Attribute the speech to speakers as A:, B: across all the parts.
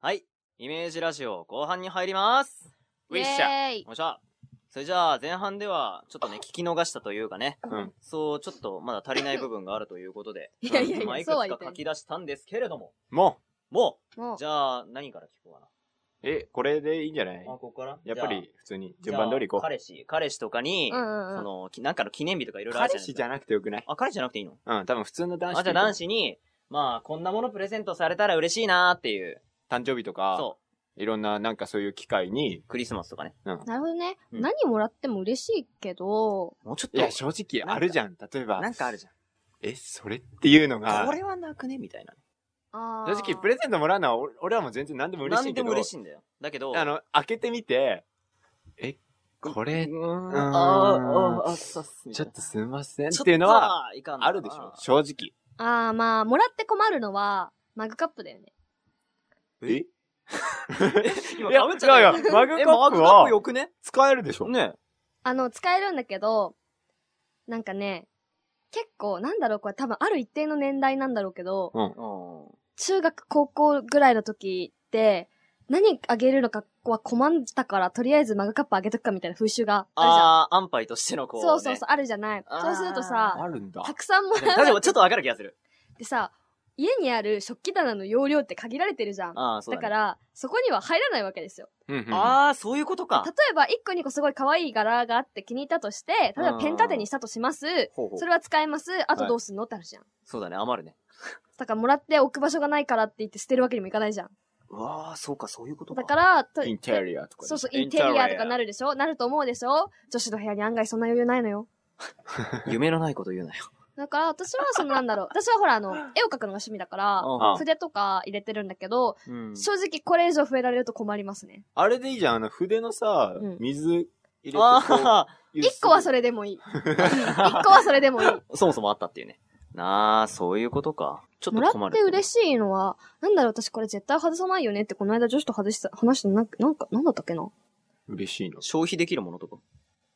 A: はい。イメージラジオ後半に入ります。
B: ウィッシャー。
C: ーイ
A: よっしゃ。それじゃあ、前半では、ちょっと ね、聞き逃したというかね、
B: うん。
A: そう、ちょっとまだ足りない部分があるということで、
C: いやいやい
A: まあ、い
C: や、
A: く
C: そうは
A: つ
C: 言
A: か
C: ってな
A: 書
C: い
A: き出したんですけれども、
B: も
A: も
C: も
A: う、
C: う
A: じゃあ、何から聞こうか
B: う、え、これでいいんじゃない
A: な。あ、ここから
B: やっぱ、り普通に順番通り行こう。
A: 彼氏、彼氏とかに、
C: うんうんうん
A: その、きなんかの記念日とかいろいろある
B: 彼氏
A: じ
B: じ
A: ゃないですか。
B: ゃなくてよくない
A: あ、彼氏じゃなくていいの
B: うん、多分普通の男子。
A: あ、じゃあ男。子に、まあ、こんなものプレゼントされたら嬉しいなーっていう。
B: 誕生日とか、
A: そ
B: いろんななんかそういう機会に
A: う。、クリスマスとかね。
B: うん。
C: なるほどね。
A: うん
C: 何もらっても嬉しいけど、
A: もうちょっ
B: い
A: と。
B: や、正直あるじゃん。例えば、
A: なんかあるじ
B: え、それっていうの
A: ゃん。こ
B: が、
A: れはなくねみたいな。
C: あ
B: 正直プレゼントもらうのは俺俺らも全然何でも嬉し
A: 何
B: い
A: で
B: けど、
A: も嬉しいんだよ。だけど、
B: あの、開けてみて、え、こ
A: う
B: れ、
A: ーん、
B: ー
A: あ
B: ん
A: ーあー、あ、そうっすね。
B: ちょっとすいませんっ
A: ちょっと
B: ていうのは、、
A: いかんな
B: あるでしょ。正直。
C: あー、まあ、もらって困るのは、マグカップだよね。
B: え
A: 今、
B: いや
A: かぶっちゃったよ
B: いやいやマグカップは
A: えマグカップよくね
B: 使えるでしょ
A: ね
C: あの、使えるんだけど、なんかね、結構、なんだろう、これ多分ある一定の年代なんだろうけど、
B: うん。
A: うん。
C: 中学、高校ぐらいの時って、何あげるのかは困ったから、とりあえずマグカップあげとくかみたいな風習があるじゃん。
A: あー、安牌としてのこう、ね。
C: そうそうそう、あるじゃない。
A: あー
C: そうするとさ、
B: あるんだ。
C: たくさんも
A: でも
C: ら
A: 確
C: う
A: かにちょっとわかる気がする。
C: ってさ、家にある食器棚の容量って限られてるじゃん。だ
A: ああ、そうだ,、ね、
C: から、そこには入らないわけですよ。
B: うんうん
A: ああ、そういうことか
C: 例。えば、1個2個すごい可愛い柄があって気に入ったとして、例えばペン立てにしたとします。
A: ほうほう
C: それは使えます。あとどうすんのって話じゃん。
A: そうだね、余るね。
C: だから、もらって置く場所がないからって言って捨てるわけにもいかないじゃん。
A: うわあ、そうか、そういうことか。
C: だから、と
B: インテリアとかね。
C: そうそう、インテリアとかなるでしょなると思うでしょ女子の部屋に案外そんな余裕ないのよ。
A: 夢のないこと言うなよ。
C: だから、私はそのなんだ ろう。私はほら、あの、絵を描くのが趣味だから、
B: あ
C: 筆とか入れてるんだけど、
A: うん
C: 正直これ以上増えられると困りますね。
B: あれでいいじゃん、あの筆のさ
C: うん、
B: 水入れてこ
A: あ
B: う。
C: 一個はそ
B: れ。
C: れ でもいい。一個はそれでもいい。
A: あ、そもそもあったっていうね。なあ、そういうことか。ちょっ
C: も
A: と
C: ら
A: 困る。
C: って嬉しいのは、なんだろう、私これ絶対外さないよねって、この間女子と外した、話したなんか、なんか、なんだったっけな。
B: 嬉しいの。
A: 消費できるものとか。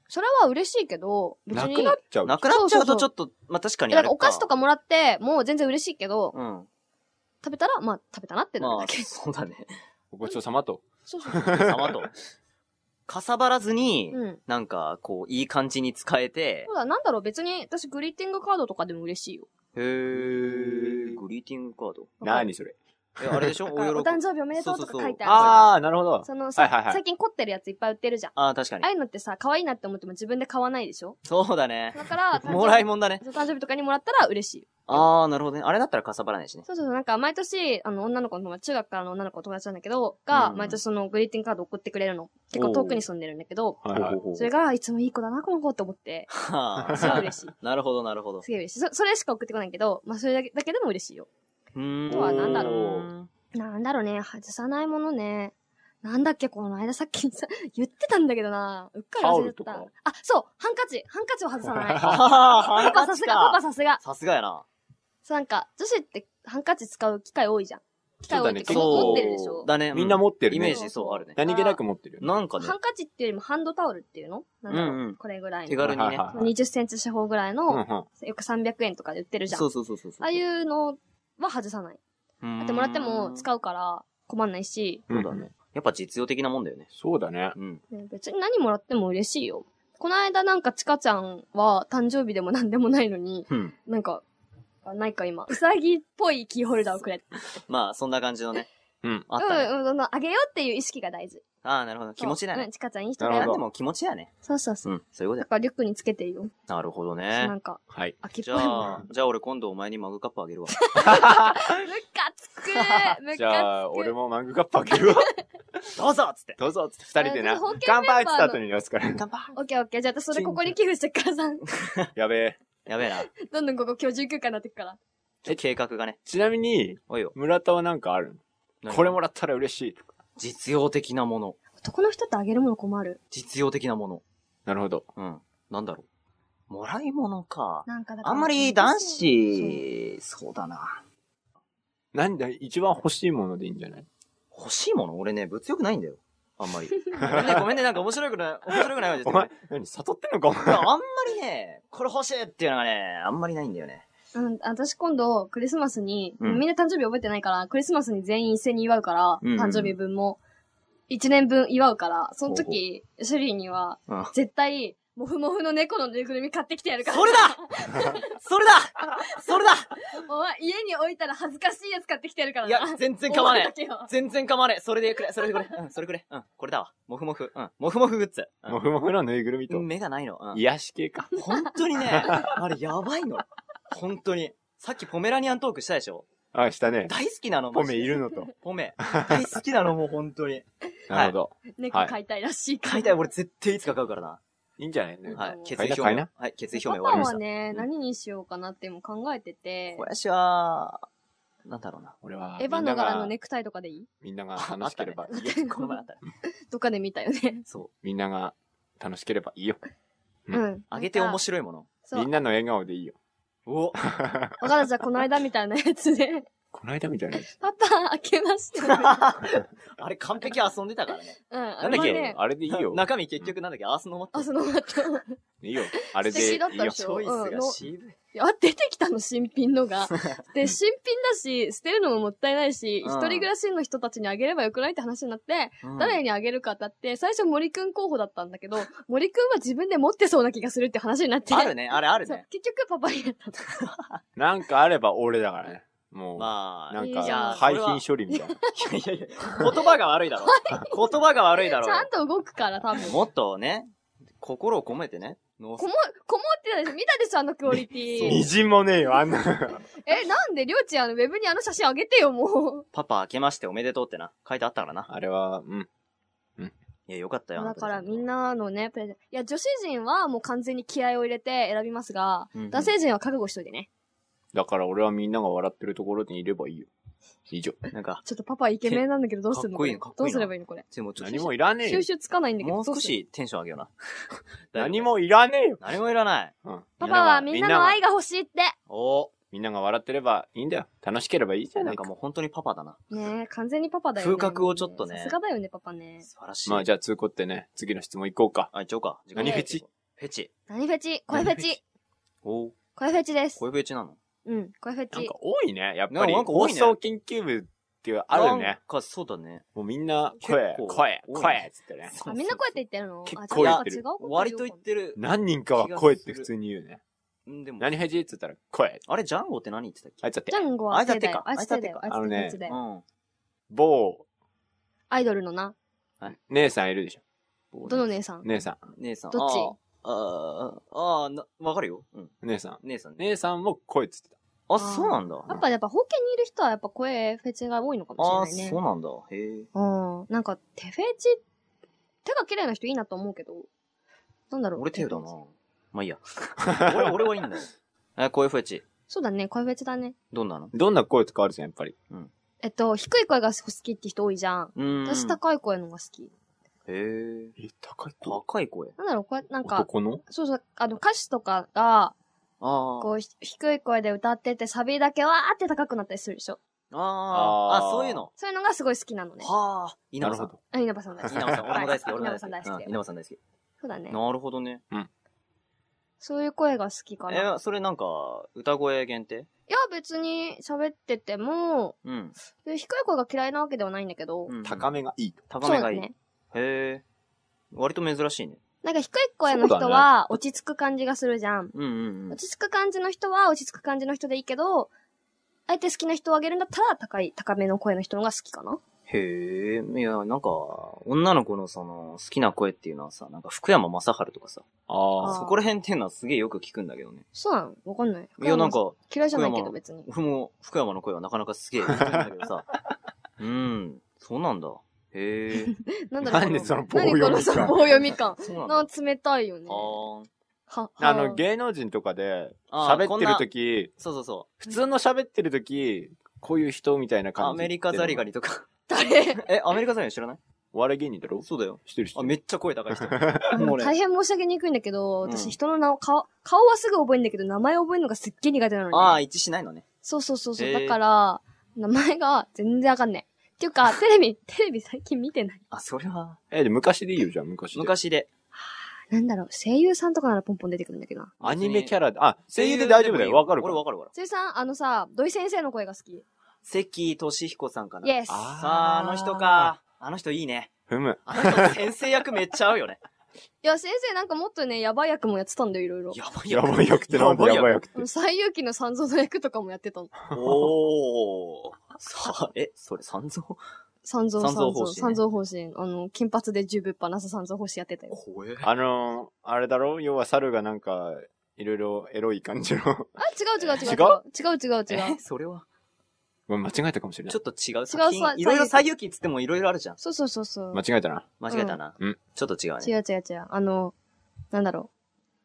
C: それは嬉しいけど、別
B: な
C: に、
B: くなっちゃう。
A: なくなっちゃう
C: そ
A: と
C: う
A: ちょ
C: そう
A: っと、まあ、確か
C: え
A: にあ
C: なん
A: れ
C: かお菓子と。かもらって、もう全然嬉しいけど、
A: うん。
C: 食べたら、まあ食べたなってなる
A: ま
C: だ
A: あ、
C: け。
A: そうだ ね。
B: ごちそうさまと。
C: そうそうそう。
A: さまと。かさばらずに、
C: うん。
A: なんか、こう、いい感じに使えて
C: そ、うだ、なんだろう、別に、私グリーティングカードとかでも嬉しいよ。
A: へー、グリーティングカード。
B: なにそれ。
A: え、あれでしょ
C: だ
A: お
C: からお
A: 喜
C: 誕
A: び。
C: 生日おめでとうと
A: そうそう
C: か
A: そう
C: 書いてあ
B: あー、なるほど
C: る。。そのさ、
B: はいはいはい
C: 最近凝ってるやついっぱい売ってるじゃん。
A: ああ、確かに
C: ああ。いうのってさ、可愛いなって思っても自分で買わないでしょ
A: そうだね。
C: だから、誕生日
A: もらいもんだね。
C: そう誕生日とかにもらったら嬉しい。
A: ああ、なるほどね。あれだったらかさばらな いしね。
C: そうそうそう、なんか毎年、あの、女の子の友達、中学からの女の子の友達なんだけど、が、
A: うん
C: 毎年そのグリーティングカード送ってくれるの。結構遠くに住んでるんだけど、
B: はいはい。
A: ほう
C: それが、いつもいい子だな、この子って思って、
A: はあ
C: すごい嬉しい。
A: なるほど、なるほど。
C: すげえ嬉しい。そそれしか送ってこないけど、まあ、それだけだけでも嬉しいよ。
A: うーん。
C: あとはなんだろ
B: う
C: なんだろうね、外さないものね。なんだっけ、この間さっきさ、 言ってたんだけどな。うっかり忘れてた。
B: タオ
C: あ
B: ルと、
C: そう、ハンカチ、ハンカチを外さない。
A: あ
C: パ
A: ははハン
C: パ
A: カ
C: さす
A: チ
C: が、パ
A: か
C: パ。さすが。
A: さすがやな。
C: そうなんか、女子ってハンカチ使う機会多いじゃん。機会
B: そう
C: 多い
B: だね、
C: っていう
B: 結
C: か、
A: そう
C: 持
B: 構
C: ってるでしょ。
A: だね。
B: みんな持ってる
A: イメー
B: ね。
A: ジ、そう、あるね。
B: 何気なく持ってるよね。
A: なんかね
C: ハ、ンカチっていうよりもハンドタオルっていうのなんだろう、
A: うんうん
C: これぐらい
A: 手
C: の。
A: 軽にね。
B: はいはいはい
C: 20センチ四方ぐらいの、
B: うんうん
C: よく300円とかで売ってるじゃん。
A: そうそうそうそう。
C: ああいうのは外さない。
A: うん。
C: だってもらっても
A: う
C: 使うから困んないし、
A: ん。そうだね。やっぱ実用的なもんだよね。
B: そうだね。
A: うん。
C: ね別に何もらっても嬉しいよ。この間なんかちかちゃんは誕生日でも何でもないのに、
A: うん。
C: なんか、あないか今。うさぎっぽいキーホルダーをくれ。
A: まあ、そんな感じのね。
B: うん。
A: あったね。
C: うんうんその、あげようっていう意識が大事。
A: ああ、なるほど。気持ちだ
C: そう
A: ね
C: うん、。ちかちゃんいい人だ
B: な
A: なん
B: るほ
C: よ。
A: で
B: ど
A: も気持ちやね。
C: そうそうそうう。
A: ん。そういうこと
C: だ
A: や。
C: からリュックにつけてるよ。
A: なるほど
C: な
A: ね。
C: んか、
B: はい。
C: 秋っ
A: じ
C: ぽいもん。
A: ゃあ、じゃあ俺今度お前にマグカップあげるわ。
C: ムカつ くームカつく
B: じゃあ、俺もマグカップ開けるわ。
A: どうぞっつって。
B: どうぞっつって二人で
C: あ
B: な
C: の保険。
B: 乾杯っ
C: メンバ
B: つ
C: ーの
B: った後に言わすから。
A: 乾杯
C: オッケーオッケー。じゃあ私それここに寄付してください。
B: やべえ。
A: やべえな。
C: どんどんここ今日19回になってくから。
A: ちょ計画がね。
B: ちなみに、
A: おいよ。
B: 村田はなんかあるのこれもらったら嬉しいとか。
A: 実用的なもの。
C: 男の人ってあげるもの困る。
A: 実用的なもの。
B: なるほど。
A: うん。なんだろう。もらい物か。
C: なんかだから
A: あんまり男子、そうだな。
B: なんだ、一番欲しいものでいいんじゃない
A: 欲しいもの俺ね、物欲ないんだよ。あんま り。ごめんね、ごめんね、なんか面白くない、面白くない感じで言
B: お
A: っ
B: 前
A: てる。、
B: 何、悟ってんのかお
A: いや
B: 前。
A: あんまりね、これ欲しいっていうのがね、あんまりないんだよね。
C: うん、私今度、クリスマスに、
A: うん
C: みんな誕生日覚えてないから、クリスマスに全員一斉に祝うから、
A: うんうん
C: 誕生日分も、一年分祝うから、そ
A: ほ
C: の
A: う
C: 時、シェリーには、
A: あ
C: 絶対、もふもふの猫のぬいぐるみ買ってきてやるから。
A: それだ それだそれだ
C: お前家に置いたら恥ずかしいやつ買ってきてやるから
A: い
C: な。
A: や、全然構 わねえ
C: 覚えとけよ
A: 全然構わねえそれでくれ、それでくれ。うん、それくれ。うん、これだわ。もふもふ。うん、もふもふグッズ。
B: もふもふのぬいぐるみ
A: う
B: と
A: ん、、目がないの。うん。
B: 癒し系か。
A: 本当 にね、あれやばいの。本当に。さっきポメラニアントークしたでしょ
B: あ、したね。
A: 大好きなの、
B: ポ
A: マジ
B: メ
A: で
B: いるのと。
A: ポ メ。大好きなの、もう本当に。
B: なるほど。
C: 猫買いたいらしいから。
A: 買いたい、俺絶対いつか買うからな。
B: いいんじゃないの
A: はい、決
B: 買い
A: 意
B: な
A: 表
B: 買い
A: 明
B: な。
A: はい、決意表明終わり
C: パパ
A: まし
C: は
A: た。
C: ね、
A: うん
C: 何にしようかなっても考えてて
A: 小、林は、なんだろうな。
B: 俺は、
C: エヴァの柄のネ
B: ね。
C: クタイとかでい い
B: みんなが楽しければ、
A: いや、この前あったね。
C: どっかで見たよね。
A: そう。
B: みんなが楽しければいいよ。
C: う
B: うん
C: ん。
A: あげて面
C: い。
A: 白いもの。
C: そう。
B: みんなの笑顔でいいよ。
A: お
C: わかるじゃあこの間みたいなや つで、
B: この間みたいなやつ。
C: パパ開けましたよね。
A: あれ完璧遊んでたからね。
C: うん。
A: な
C: あ
A: ん
C: れ
A: だっ
C: は
A: け
C: ね、
B: あれでいいよ。
A: 中身結局なんだっけアースのマッ
C: あ、
A: ト。
C: そのまた。
B: いいよ。あれ
C: 素
B: でいい
C: 敵だったで
B: よ。
C: し
A: チ
C: ょ
A: ョイス
C: うん
A: が
C: の
A: 渋い。
C: いや出てきたの、新品の が。で、新品だし、捨てるのももったいないし、
A: うん
C: 一人暮らしの人たちにあげればよくないって話になって、
A: うん
C: 誰にあげるかだって、最初森くん候補だったんだけど、森くんは自分で持ってそうな気がするって話になって。
A: あるね、あれある
C: そう
A: ね。
C: 結局パパにやったと。
B: なんかあれば俺だからね。もう、
A: まあ
B: な、ん
C: いいじゃん
B: か、廃品処理みたいな。
A: いやいやいや、 言葉が悪いだろ。言葉が悪いだ
C: ちゃ
A: ろ
C: ん。と動くから、多分。 こも、
A: もっとね、心を込めてね。ノース
C: こもってたでしょ見たでしょあのクオリティ
B: み。じんもねえよ、あんな。
C: え、なんで、りょうちん、あの、ウェブにあの写真あげてよ、もう。
A: パパ明けましておめでとうってな。書いてあったからな。
B: あれは、うん。
A: いや、よかったよ。
C: だから、みん
A: な。
C: なのね、プレゼン。いや、女子陣はもう完全に気合を入れて選びますが、
A: うんうん
C: 男性陣は覚悟しといてね。
B: だから俺はみんなが笑ってるところにいればいいよ。以上。
A: なんか、
C: ちょっとパパイケメンなんだけど、どうすんの
A: かっこいい
C: れ
A: かっ
C: ど
A: こ
C: う
A: いいな
C: すればいいのこれ。
A: でもちょっと
B: 何もいらねえよ
C: 収。集つかないんだけど。
A: もう
C: ど
A: 少
C: うする。
A: しテンション上げような。
B: 何もいらねえよ。
A: 何もいらない。
B: うん。
C: パパは
B: みん
C: み
B: なんが
C: なの愛が欲しいって。
A: お
B: みんなが笑ってればいいんだよ。楽しければいいじゃ
A: ー
B: な
A: なん
B: い
A: か
B: か。
A: もう本当にパパだな。
C: ねえ、完全にパパだよね。
A: 風格をちょっとね
C: さすがだよね、パパね。
A: 素晴らしい。
B: まあじゃあ、通行ってね、次の質問行こうか。
A: あ、一応か。時間
B: 何フェチ
A: フェチ。
C: 何フェチ声フェチ。
A: おー
C: 声フェチです。
A: 声フェチなの
C: うん、声フェ
B: なん
C: チ
B: か。多いね。やっぱり、
A: なんか多
B: 放
A: いね
B: 送研究部っていうある
A: なん
B: ね。
A: か、そうだね。
B: もうみんな、
A: 結
B: 声、
A: 構
B: 声、
A: 多いね
B: 声っつってね。
A: そう
C: あ、みんな声って言ってるの
B: 結
C: あ、
B: 構
C: じゃ
A: 言
C: あ
B: ってる
C: なんか違うこと言おうかな
A: 割と言ってる。
B: 何人かは声って普通に言うね。
A: うん、でも。
B: 何ヘジっつったら、声。
A: あれ、ジャンゴって何言ってたっ
B: あ
A: け
B: いつだって
C: ジャ、ンゴは手だよ。
A: あ
C: あ
A: い
C: い
A: つ
C: つ
A: だっ
C: 手
A: て
C: だ
A: か
C: よ。あいつ手だよあいつ手だ
A: う
C: よ。
A: ん。
B: 某、
C: アイドルのな。
B: 姉さんいるでしょ。
C: どの姉さん
B: 姉さ
A: 姉さん。
C: どっち
A: あーあー、あーな、わかるよ。うん。
B: ん、姉さん。
A: 姉さんね。
B: 姉さんも声っつってた。
A: あ、そうなんだ。
C: やっぱやっぱ、封建にいる人はやっぱ声フェチが多いのか
A: あ
C: も
A: ー
C: しれない
A: そ
C: ね
A: う。なんだ。へえ。
C: うん。なんか、手フェチ、手が綺麗な人いいなと思うけど、なんだろう。
A: 俺、手だな。まあいいや。 俺、俺はいいんだよ。え、声フェチ。
C: そうだね、声フェチだね。
A: どんなの
B: どんな声とかあるじゃん、やっぱり。
C: えっと、低い声が好きって人多いじゃん。
A: うーん。
C: 私高い声のが好き。
A: へえ。
B: え、高いと
A: 高い声。
C: なんだろう、これ、なんか、
B: 男の
C: そうそう、あの、歌詞とかが、
A: ああ。
C: こう、ひ低い声で歌ってて、サビだけわーって高くなったりするでしょ。
A: あーあ、
B: あー
A: そういうの。
C: そういうのがすごい好きなのね。
A: はあ。稲
B: な
A: 葉
B: る
A: さん。
B: ほど。
C: あ、稲葉さんだ。
A: 稲葉さん、俺も 大好き、俺も大好き。
C: 稲葉さん大好き
A: うん稲葉さん大好き。
C: そうだね。
A: なるほどね。
C: そういう声が好きかな。いや、
A: え、それなんか、歌声限定
C: 別に喋ってても、
A: うん。
C: 低い声が嫌いなわけではないんだけど、
A: うん
B: 高めがいいと。
A: 高
C: そ
A: め
C: うだ
A: がいい。
C: ね。
A: へえ。割と珍しいね。
C: なんか低い声の人
B: そう
C: は落ち着く感じがするじゃん。
A: うんうんうん。
C: 落ち着く感じの人は落ち着く感じの人でいいけど、あえて好きな人をあげるんだったら高い、高めの声の人の方が好きかな。
A: へえ。いや、なんか、女の子のその、好きな声っていうのはさ、なんか福山雅治とかさ、
B: あ
C: ー
A: そこら辺っていうのはすげえよく聞くんだけどね。
C: そうなのわかんない。
A: いや、なんか、
C: 嫌いじゃない
A: 福
C: けど
A: 山
C: 別に。
A: 俺も福山の声はなかなかすげえ聞くんだけど さ。うん、そうなんだ。へえ。
C: なんだろう。
B: なんでその棒
C: 何
B: 読
C: この
B: み
C: さ、
B: か
C: 棒。読み感。
A: そうなんだ。
C: なんか冷たいよね
A: あ。ー
C: は、
B: あ
C: は
B: の、芸能人とかで、
A: あー
B: 喋ってる時、
A: そうそうそ
B: 普通の喋ってる時、こういう人みたい
A: う。
B: な
A: ア
B: 感じ。
A: メリカザリガ。ニとか。
C: 誰
A: え、アメリカザリガニ知らない
B: お笑い芸人だろ
A: そうだよ。
B: 知ってる人。
A: あ、めっちゃ声 高い人。
C: あ
A: も
C: の
A: うね
C: 大変申し上げにくいんだけど、
A: うん
C: 私人の名を、顔、顔はすぐ覚えんだけど、名前覚えるのがすっげえ苦手なのね。
A: ああ、一致しないのね。
C: そうそうそうそう。
A: へー
C: だから、名前が全然わかんない。ってい うか、テレビ、テレビ最近見てない。
A: あ、それは、
B: え、で昔でいいよ、じゃあ、昔で。
A: 昔で。
C: なんだろう、声優さんとかならポンポン出てくるんだけどな。
B: アニメキャラで、あ、声優で大丈夫だよ。わかるか
A: 俺
B: ら。
A: わかるから。
C: 声優さん、あのさ、土井先生の声が好き。
A: 関俊彦さんかな。
C: イエス。
B: あ
A: さあ、あの人か。あの人いいね。
B: ふむ。
A: あの人先生役めっちゃ合うよね。
C: いや、先生なんかもっとね、やばい役もやってたんだよ、いろいろ。
A: やばい
B: やばい役ってなんだやば
A: よ。
B: い 役って。
C: 最有機の三蔵の役とかもやってたの。
A: おー。さあ、え、それ三蔵
C: 三蔵
A: 三蔵法
C: 三蔵。
A: 師ね
C: 三蔵方針、あの、金髪で十ぶっぱなさ三蔵方針やってたよ。
A: 怖え。
B: あのー、あれだろ要は猿がなんか、いろいろエロい感じの。
C: あ、違う違う違う。
B: 違
C: 違う違う違う違
A: え
C: う。、
A: それは
B: ごめん間違えたかもしれな
A: ち
B: い
A: ょ。っと違う作品
C: 違。う
A: いろいろ最優機っつってもいろいろあるじゃん。
C: そうそうそうそう。
B: 間違えたな。
A: 間違えたな。
B: うん
A: ちょっと違う
C: 違
A: ね。
C: う違う違う。あの、なんだろう。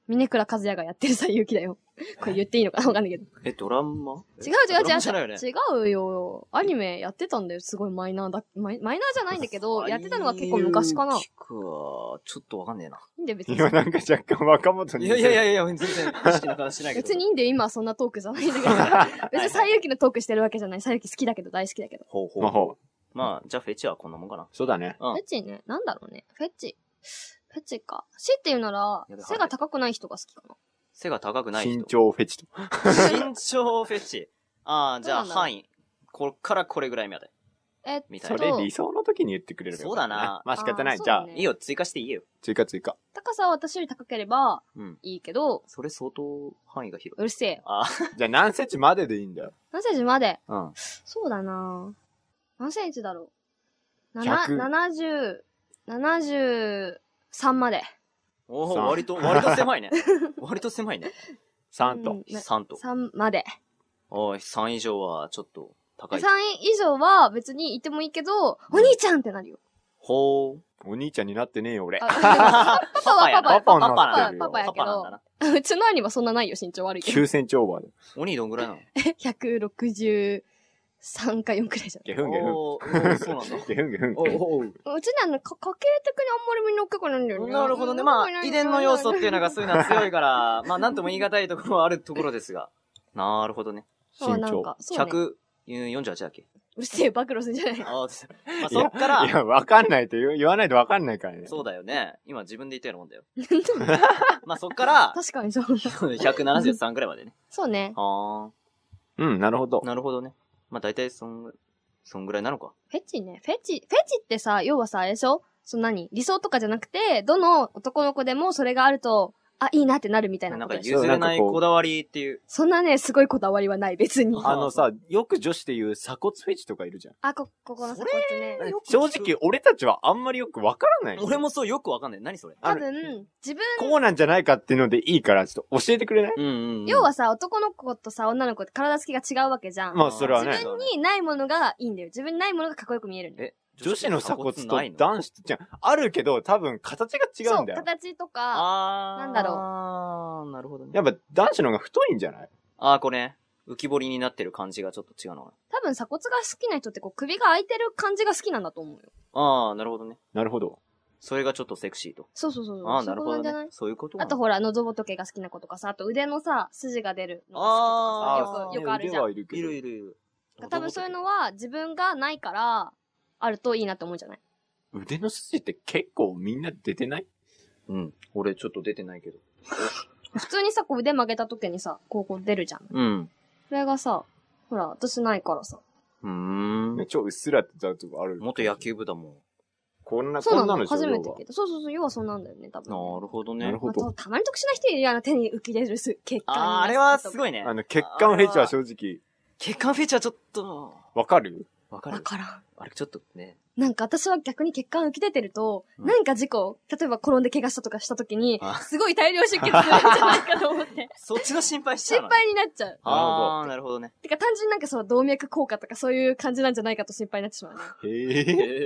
C: 峰倉和也がやってる最有機 だよ。これ言っていい のかなわかんないけど。
A: え、ドラマ
C: 違う違う
A: ドラ
C: 違
A: マ
C: う
A: じゃないよね。
C: 違うよ。アニメやってたんだよ。すごいマイナーだ。マイマイナーじゃないんだけど、やってたのが結構昔かな。
A: 最
C: い
A: 優機はちょっとわかんねえな。
C: いんだよ別に。
B: 今 なんか若干若元に。
A: いやいやい やいや、全然意識な話しないけど。
C: 別にいいんだよ。 今はそんなトークじゃないんだけど。別に最有機のトークしてるわけじゃない。最有機好きだけど、大好きだけど。
A: ほうほ
B: 魔
A: うほ
B: 法。
A: う。まあ、じゃあフェチはこんなもんかな。
B: そうだね。
A: うん
C: フェチね。なんだろうね。フェチ。フェチか。死っていうなら
A: やべ、
C: 背が高くない人が好きかな。
A: 背が高くない人。
B: 身長フェチと。
A: 身長フェチ。ああ、じゃあ
C: そうなんだ
A: 範囲。こっからこれぐらいまで。
C: えっと、
A: みたい
B: そ
A: な
B: れ理想の時に言ってくれる
A: そうだな
B: まあ仕方な
C: あ
B: い。
C: ー
B: じゃあ
C: そうだ、ね
A: いいよ、追加していいよ。
B: 追加追加。
C: 高さは私より高ければ
A: うん。
C: いいけど、
A: それ相当範囲が広い。
C: うるせえ。
A: あ
B: じゃあ何センチまででいいんだよ。
C: 何センチまで
B: うん。
C: そうだな何センチだろう。な
B: 100
C: な70、73まで。
A: おお、
B: さん
A: 割と、割と狭いね。 割と狭いね。
B: 3と。
C: うんな
A: 3と。
C: 3まで。
A: おい、3以上はちょっと高
C: 3
A: い。
C: 以上は別にいてもいいけど、お兄ちゃんってなるよ。
A: ほう。
B: お兄ちゃんになってねえよ、俺。
C: あでもパパはパパ
B: パ
C: や
B: パ
A: パ パ
B: になっ
A: な
B: て
A: ん
B: る
A: だ
C: パ
B: よ
C: パ。やけど
A: なんだな。
C: うちの兄はそんなないよ、身長悪いけど。
B: 9センチオーバーで。
A: お兄どんぐらいなの
C: 163か4くらいじゃ
B: ゲフンゲフ
A: お
B: ン。
A: ーおーそうなんだ。
B: ゲフンゲフン。
A: おおお
C: ん。うちね、あの、か家系的にあんまりみんな大きくないんだよね。
A: なるほどね。まあ、遺伝の要素っていうのがそういうのは強い から、まあ、なんとも言い難いところはあるところですが。なるほどね。
C: そう、
B: 身
C: なん
B: 長。
C: か、そう、ね。
A: 148だっけ
C: うるせえ、暴露するんじゃない。
A: ああ、まあ、そっか
B: い
A: ら、
B: や、わかんないと言う言わないとわかんないからね。
A: そうだよね。今自分で言ったようなもんだよ。 まあ、そっから、
C: 確か にそう。
A: 173くらいまでね。
C: そうね。
A: あ
B: うん、なるほど
A: あ、。なるほどね。まあ、大体そんぐ、そんぐらいなのか。
C: フェチね。フェチ、フェチってさ、要はさ、あれでしょその何理想とかじゃなくて、どの男の子でもそれがあると、あ、いいなってなるみたい
A: な
C: なんこと
A: か
C: でしょ
A: 譲れないこだわりっていう。
C: そんなね、すごいこだわりはない、別に。
B: あのさ、よく女子で言う鎖骨フェチとかいるじゃん。
C: あ、こ、ここの鎖骨ね。
B: 正直、俺たちはあんまりよくわからない。
A: 俺もそうよくわかんない。何それ
B: あ
C: 多
B: の
C: 分、自分、
B: こうなんじゃないかっていうのでいいから、ちょっと教えてくれない
A: うんうんうん。
C: 要はさ、男の子とさ、女の子って体つきが違うわけじゃん。
B: まあそれはね
C: 自分にないものがいいんだよ。自分にないものがかっこよく見えるんだよ。
A: え、
B: 女子の鎖骨と
A: ないの
B: 男子と、じゃああるけど、多分形が違うんだ
C: そ
B: よ
C: う、。形とか、
A: あー
C: なんだろう
A: あーなるほどね。
B: やっぱ男子の方が太いんじゃない
A: ああ、これ、浮き彫りになってる感じがちょっと違うのか
C: 多分鎖骨が好きな人ってこう首が開いてる感じが好きなんだと思うよ。
A: な。ああ、なるほどね。
B: なるほど。
A: それがちょっとセクシーと。
C: そうそうそうそう。
A: ああ、なる
C: そこ
A: ほ
C: んじゃ
A: ど
C: ない
A: ね。そういうこと
C: あと
A: ほ
C: ほら、喉仏が好きな子とかさ、あと腕のさ、筋が出るの
A: あ
C: が好きと
A: ーあー
C: かさ、よく、よくあるじゃ
B: 腕
C: ん
B: はいるけ
A: い
B: ど
A: るいるいる。。
C: 多分そういうのは自分がないから、あるといいなって思う んじゃない
B: 腕の筋って結構みんな出てない
A: うん。俺ちょっと出てないけど。
C: 普通にさ、こう腕曲げた時にさ、こうこう出るじゃん。
A: うん。
C: それがさ、ほら、私ないからさ。
A: うーん。
B: 超うっすらってたとこある。
A: 元野。球部だもん。
B: こんな、
C: そう
B: こ
C: なんん
B: なの
C: だよ。
B: でしょ
C: 初め
B: 要
C: て
B: は
C: 聞いた。そうそうそう、要はそうなんだよね、多分。
A: なるほど
B: な
A: ね
B: る。ほど
C: あと、たまに特殊な人いるやん、手に浮き出るす血管
A: ああ、あれはす
C: い。
A: ごいね。
B: あの、血管フェチは正直、
A: 血管フェチはちょっと、
B: わかる
A: わか
C: わ
A: る
C: からん。
A: あれちょっとね。
C: なんか私は逆に血管浮き出てると、
A: うん
C: 何か事故、例えば転んで怪我したとかした時に
A: あ、
C: すごい大量出血するんじゃないかと思って、
A: そっちの心配しちゃ
C: 心
A: うのね。
C: 配になっちゃう。
A: ああ、なるほどね。
C: てか単純になんかその動脈硬化とかそういう感じなんじゃないかと心配になってしまうね。
B: へえ。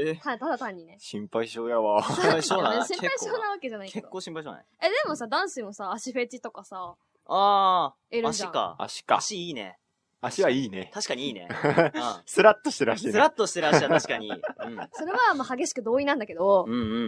A: へえ。
C: たただ単にね。
B: 心配性やわ。
A: 心配性
C: 心
A: だな。
C: 配性なわけじゃないけ
A: 結
C: ど。
A: 構心配性ない。
C: え、でもさ、男子もさ、足フェチとかさ、
A: あ
C: い
A: あ、
C: るじゃ
A: 足
C: ん。
A: か。
B: 足か。
A: 足いいね。
B: 足はいいね。
A: 確かにいい ね。う
B: スラッとしてる
A: ん。
B: 足ね。
A: スラッとしてる足は確かにいい。うん。
C: それはまあ激しく同意なんだけど、
A: うんうんうんう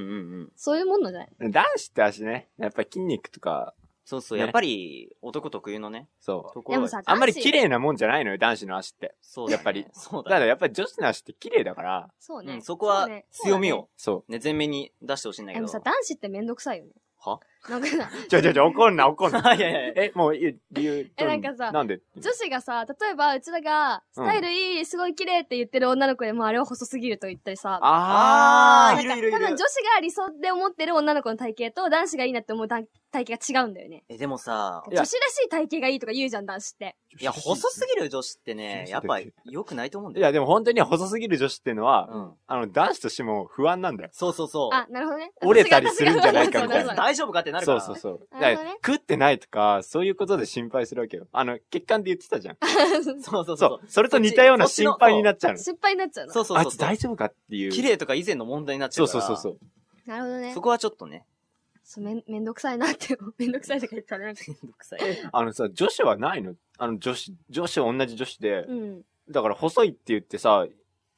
A: ん。
C: そういうもんなんじゃない
B: 男子って足ね、やっぱり筋肉とか、
A: そうそう、
B: ね
A: やっぱり男特有のね、
B: そう。
A: ところは
C: でもさ
B: あんまり綺麗なもんじゃないのよ、男子の足って。
A: そうだね
B: やっぱり
A: そう
B: だか
A: だ
B: ら
A: ね。
B: やっぱり女子の足って綺麗だから、
C: そうね。
A: うん、そこは
C: うね
A: 強み。を
B: そ
A: ね、前面に出してほしいんだけ
C: そうだね
A: ど
C: でも。さ、男子ってめんどくさいよね。
A: は
C: なん かさ、
B: ちょちょちょ、怒んな、怒んな。
A: いやいやいや
B: え、もう、い理由。
C: えなんかさ
B: なんで
C: 女子がさ、例えばうちらが、スタイルいい、すごい綺麗って言ってる女の子でもあれは細すぎると言ったりさ。
B: あ
C: な
B: ー、
C: ん
B: い
C: か
B: るいるい
C: 多分
B: る
C: 女子。が理想で思ってる女の子の体型と男子がいいなって思う体型が違うんだよね。
A: え、でもさ、
B: いや
C: 女子らしい体型がいいとか言うじゃん、男子って。
A: いや、細すぎる女子ってね、やっぱ良くないと思うんだ
B: い
A: よ。
B: や、でも本当に細すぎる女子ってのは、
A: うん。
B: あの、男子としても不安なんだよ。
A: そうそうそう。
C: あ、なるほどね。
B: 折れたりするんじゃないか
C: そう
B: みたい
C: そう
B: な
A: 大丈夫かってなるか
B: そう
A: ら。
B: そう
A: そ
B: そう。
C: な
B: だ
C: る
B: か
C: ほど
B: ら
C: ね
B: 食ってないとか、そういうことで心配するわけよ。あの、血管で言ってたじゃん。
A: うそうそう。
B: そう。それと似たような
A: そっちの
B: 心配になっちゃうの。
C: 失敗になっちゃうの。
A: そうそう
B: あい
A: そう
B: つ
A: そう
B: 大。丈夫かっていう。
A: 綺麗とか以前の問題になっちゃ
B: そ
A: か
B: ううそ
A: ら。
B: うそうそう。
C: なるほどね
A: そ。こはちょっとね、
C: そうめん、めんどくさいなって、めんどくさいとか言ったらなんか。
A: めんどくさい。
B: あのさ、女子はないのあの、女子、女子は同じ女子で、
C: うん。
B: だから細いって言ってさ、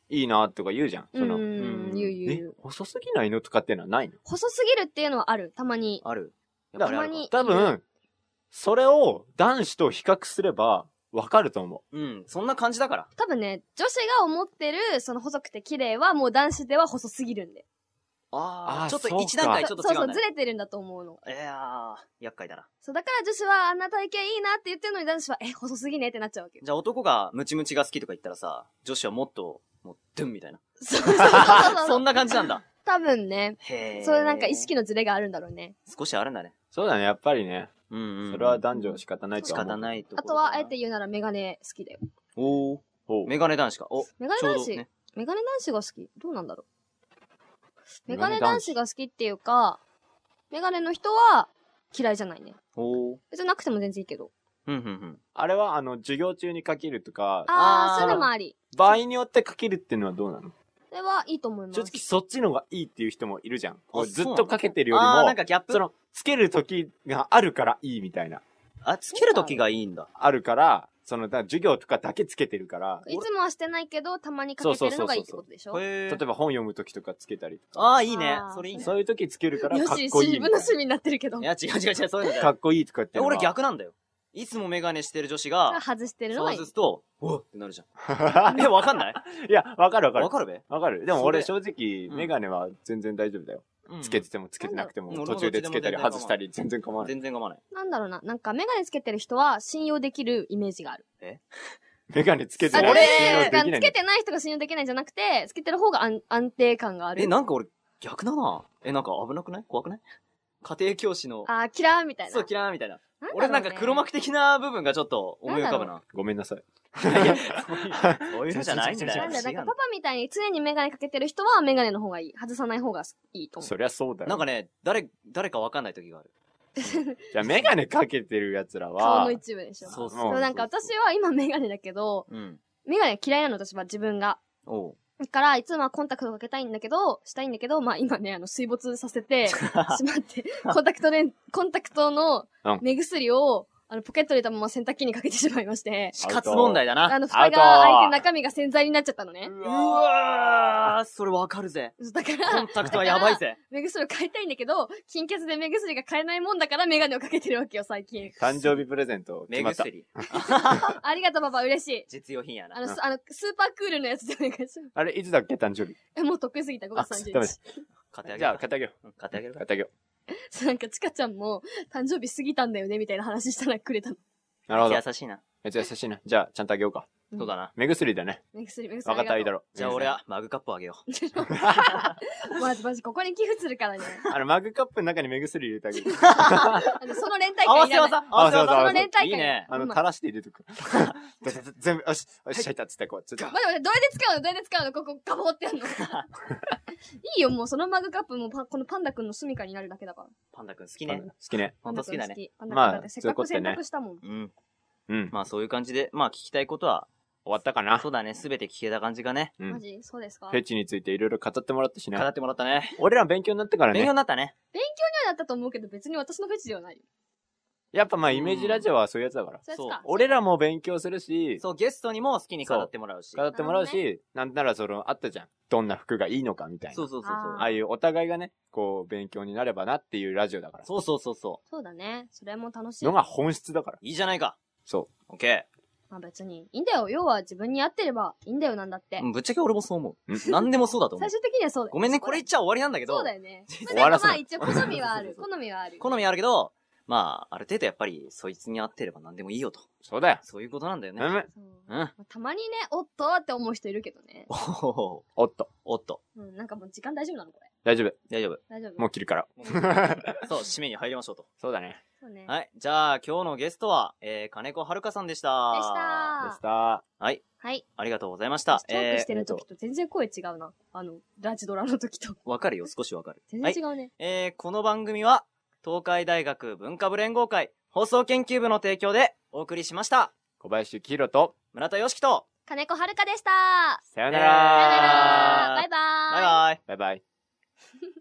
B: いいなとか言うじゃん。
C: う
B: その、
C: ん。
A: うん
C: 言う言う言
B: え
C: う。、
B: 細すぎないのとかっていうのはないの
C: 細すぎるっていうのはある。たまに。
A: ある。や
B: だ
A: っ
B: か
A: ぱりあ
B: ら
A: るか
C: たまに
B: 多分、それを男子と比較すれば、わかると思
A: うん。そんな感じだから。
C: 多分ね、女子が思ってる、その細くて綺麗は、もう男子では細すぎるんで。
A: あ
B: あー
A: あ、ちょっ
B: そう
A: と
B: か
A: 一段階ちょ
C: そ
A: っ
C: う
A: と
C: そう
A: 違う
C: そ
A: ん
C: う、
A: だ
C: ず
A: ね。
C: れてるんだと思うの。
A: いやー、厄介だな。
C: そう、だから女子はあんな体型いいなって言ってるのに男子は、え、細すぎねってなっちゃうわ けよ。
A: じゃあ男がムチムチが好きとか言ったらさ、女子はもっと、もう、ドゥンみ たいな。
C: そうそうそうそう
A: そんな感じなんだ。
C: 多分ね、
A: へー。
C: そういうなんか意識のズレがあるんだろうね。
A: 少しあるんだね。
B: う。そうだね、やっぱりね。
A: うん、うん。
B: それは男女仕方ないと
A: 仕
B: は思う。
A: 方ないとこ
C: あ
A: ろだ
C: と
A: な
C: は、あえて言うならメガネ好きだよ。
A: おー。
B: ほう。
A: メガネ男子か。お、
C: メガネ
A: ちょう
C: 男
A: ど
C: 子、
A: ね。
C: メガネ男子が好きどうなんだろう
B: メ
C: メ
B: ガ
C: ガネ
B: ネ
C: 男
B: 男
C: 子
B: 子
C: が好きっていうか、メガネの人は嫌いじゃないね。
A: おー。
C: 別になくても全然いいけど。
A: うん、うん、うん。
B: あれは、あの、授業中にかけるとか、
C: あ
A: あ
C: ー、
A: ー
C: そういうのもあり。
B: 場合によってかけるっていうのはどうなの
C: それはいいと思います。
B: 正直そっちの方がいいっていう人もいるじゃん。こうずっ
A: そうな
B: と
A: の
B: かけてるよ
A: あ
B: り
A: ー、なん
B: も、
A: かギャップ
B: その、つける時があるからいいみたいな。
A: あ、つけるときがいいんだ。
B: あるから、その、だから授業とかだけつけてるから、
C: いつもはしてないけど、たまにかけてるのがいいってことでしょ
A: へ
B: 例えば本読む時とかつけたりとか、
A: ああ、いいね
C: あー。
A: それいいね。
B: そういう時つけるから
C: よ
B: かっ
C: し、自
B: こいいみ
C: 分
B: たい
C: の趣味になってるけど
A: い。や、違う違う違う、そういうのじ
B: な。
A: ゃな
B: か
A: い
B: っこいいとかって
A: え。
B: いうのは
A: 俺逆なんだよ。いつもメガネしてる女子が、
C: 外してるの
A: そ
C: が
A: う
C: いい
A: す。ると、おっってなるじゃん。え、わかんない
B: いや、わかるわかる
A: わ。かるべ
B: わかる。でも俺
A: そ
B: 正直、
A: うん
B: メガネは全然大丈夫だよ。つけててもつけてなくても、
A: なんだ
B: 途中でつけたり
A: 俺もどっ
B: 外
A: ちでも
B: したり全然構わない。
A: 全然構わない。
C: なんだろうな。なんか、メガネつけてる人は信用できるイメージがある。
B: メガネつけて
C: あ
A: そ
B: ない
A: れ
B: と
C: だ
B: 信
C: から
B: 用できないん
C: つ
B: だ
C: け
B: よ。
C: てない人が信用できないんじゃなくて、つけてる方が安安定感がある
A: え、。なんか俺、逆だな。え、なんか危なくない怖くない家庭教師の、
C: あー、キラーみたいな。
A: そう、キラーみたいな。
C: だろうね
A: 俺なんか黒幕的な部分がちょっと思い浮かぶな。
B: ごめんなさい。
A: いやそういうのじゃないんだよ。
C: なんだ、な
A: 違
C: ん
A: う
C: か
A: ん
C: パ
A: だ
C: パみたいに常にメガネかけてる人はメガネの方がいい。外さない方がいいと思 う。
B: そりゃそうだ
A: なん
B: よ。
A: かね、誰、誰かわかんない時がある。
B: じゃあメガネかけてる奴ら
C: 顔
B: は
C: の、一部でしょ。
A: そうう
B: そう
A: そ
C: で
A: う。
C: もなんか私は今メガネだけど、
A: うん。
C: メガネ嫌いなの私は自分が。
A: おう。
C: だから、いつもはコンタクトかけたいんだけど、したいんだけど、まあ今ね、あの、水没さ せてしまって、コンタクトレン、コンタクトの
B: うん
C: 目薬を、あの、ポケットに入れたまま洗濯機にかけてしまいまして、
A: 死活問題だな。
C: あの、蓋が開いて中身が洗剤になっちゃったのね。
A: うわー、それわかるぜ。
C: だか
A: コ
C: ら
A: ン、タクトはやばいぜ。
C: 目薬を買いたいんだけど、金欠で目薬が買えないもんだからメガネをかけてるわけよ、最近。
B: 誕生日プレゼント決
A: 目
B: まった。
A: 薬。
C: ありがとう、パパ、嬉しい。
A: 実用品や
C: あ
A: な。
C: の、
B: うん
C: すあの、スーパークールのやつでお願いします。
B: あれ、いつだっけ誕生日。
C: え、もう得意すぎた、5月
B: あダメ
C: 31
B: だ
A: 買ってあげる。
B: じゃあ、買ってあげよ
A: うん買ってあげ
B: う。
A: るか
B: 買ってあげよ
C: 日。なんか、ちかちゃんも、誕生日過ぎたんだよね、みたいな話したらくれたの。
B: う。なるほど。
A: 優しいな。
B: めっちゃ優しいな。じゃあ、ちゃんとあげようか。
A: そうだな。
B: 目薬だね。
C: 目薬、目薬。
B: 分かった、いいだ
C: ろ。
B: ろう。
A: じゃあ俺はマグカップをあげよう。
C: まじまじ、ここに寄付するからね。
B: あの、マグカップの中に目薬入れてあ げる。
C: あの、その連帯
A: 合
C: 感
A: わ
C: い
A: せ
C: らない。
A: 技合わせ技
B: 合わ
C: その
B: せ技
C: 連帯感
A: いいね。
B: あ
C: う
B: の、
C: まい
B: 垂らして入 れとく。全部、よし、よし、入ったっつってこう、ずっと。
C: 待って待って、どれで使うのどれで使うのここ、ガボってや んのいいよ、もうそのマグカップもパ、このパンダくんの住処になるだけだから。
A: パンダくん好きね。
B: 好きね。
A: ほんと好きだね。。
C: パンダくん
B: ま
C: 好きパンダくんだって
B: あ
C: せっかく
B: そうい
C: 洗
B: うことね
C: 濯したもん。
A: うん。
B: うん。
A: まあそういう感じで、まあ聞きたいことは、
B: 終わったかな
A: そうだね、すべて聞けた感じがね。
B: う
C: マ
B: ん。
C: ジそうですか
B: フェチについていろいろ語ってもらったし
A: 語
B: ね
A: っ。てもらったね。
B: 俺ら勉強になってから
A: 勉強
B: ね
A: に。なったね。
C: だったと思うけど、別に私のフェチではないよ。
B: やっぱまあ、イメージラジオはそういうやつだから。
C: そうやつか。
B: 俺らも勉強するし、
A: そう、ゲストにも好きに語ってもらうし。
B: 語ってもらう
C: な
B: し、なんならその、あったじゃん。どんな服がいいのかみたい
A: そ
B: な
A: う。そうそうそう。
C: あー
B: ああいうお互いがね、こう、勉強になればなっていうラジオだから。
A: そうそうそうそ
C: そうだね。それも楽しい。
B: のが本質だから。
A: う。いいじゃないか。
B: そ
A: オ
B: う。
A: ッケ
C: まあ別にいいんだよ。要は自分に合ってればいいんだよなんだって。
A: うんぶっちゃけ俺もそう思
B: う
A: う。何でもそうだと思う。
C: 最終的にはそうだよ。
A: ごめんね、これ言っちゃ終わりなんだけど。
C: そうだよね。
B: 終わらせ
C: ま
B: な
C: あ
B: い。
C: 一応好みはある。好みはある。
A: 好みあるけど、まあ、ある程度やっぱり、そいつに合ってれば何でもいいよと。
B: そうだよ。
A: そういうことなんだよね。
B: うん。
C: そうま
A: うん。
C: あたまにね、おっとーって思う人いるけどね。
A: おほほ
B: おっと。
A: おっと。
C: うん、なんかもう時間大丈夫なのこれ。
B: 大丈夫。
A: 大 丈夫。
C: 大丈夫
B: もう切 るから。
A: そう、締めに入りましょうと。
B: そうだね。
C: そうね。
A: はい。じゃあ、今日のゲストは、えー、金子はるかさんでした。
C: でした
B: でした。
A: はい。
C: はい。
A: ありがとうございまし
C: ト
A: た。
C: ークして
A: え
C: る時と全然声違うな。あの、ラジドラの時と。
A: ーわかるよ、少しわかる。
C: 全
A: は
C: 然
A: い。
C: 違うね。
A: えー、この番組は、東海大学文化部連合会放送研究部の提供でお送りしました。
B: 小林幸宏と、
A: 村田よしきと、
C: 金子はるかでした
B: さよな
A: さよな
C: さよな
B: ら。
C: らバイバーイ
A: バイバイ。
B: バイバイ。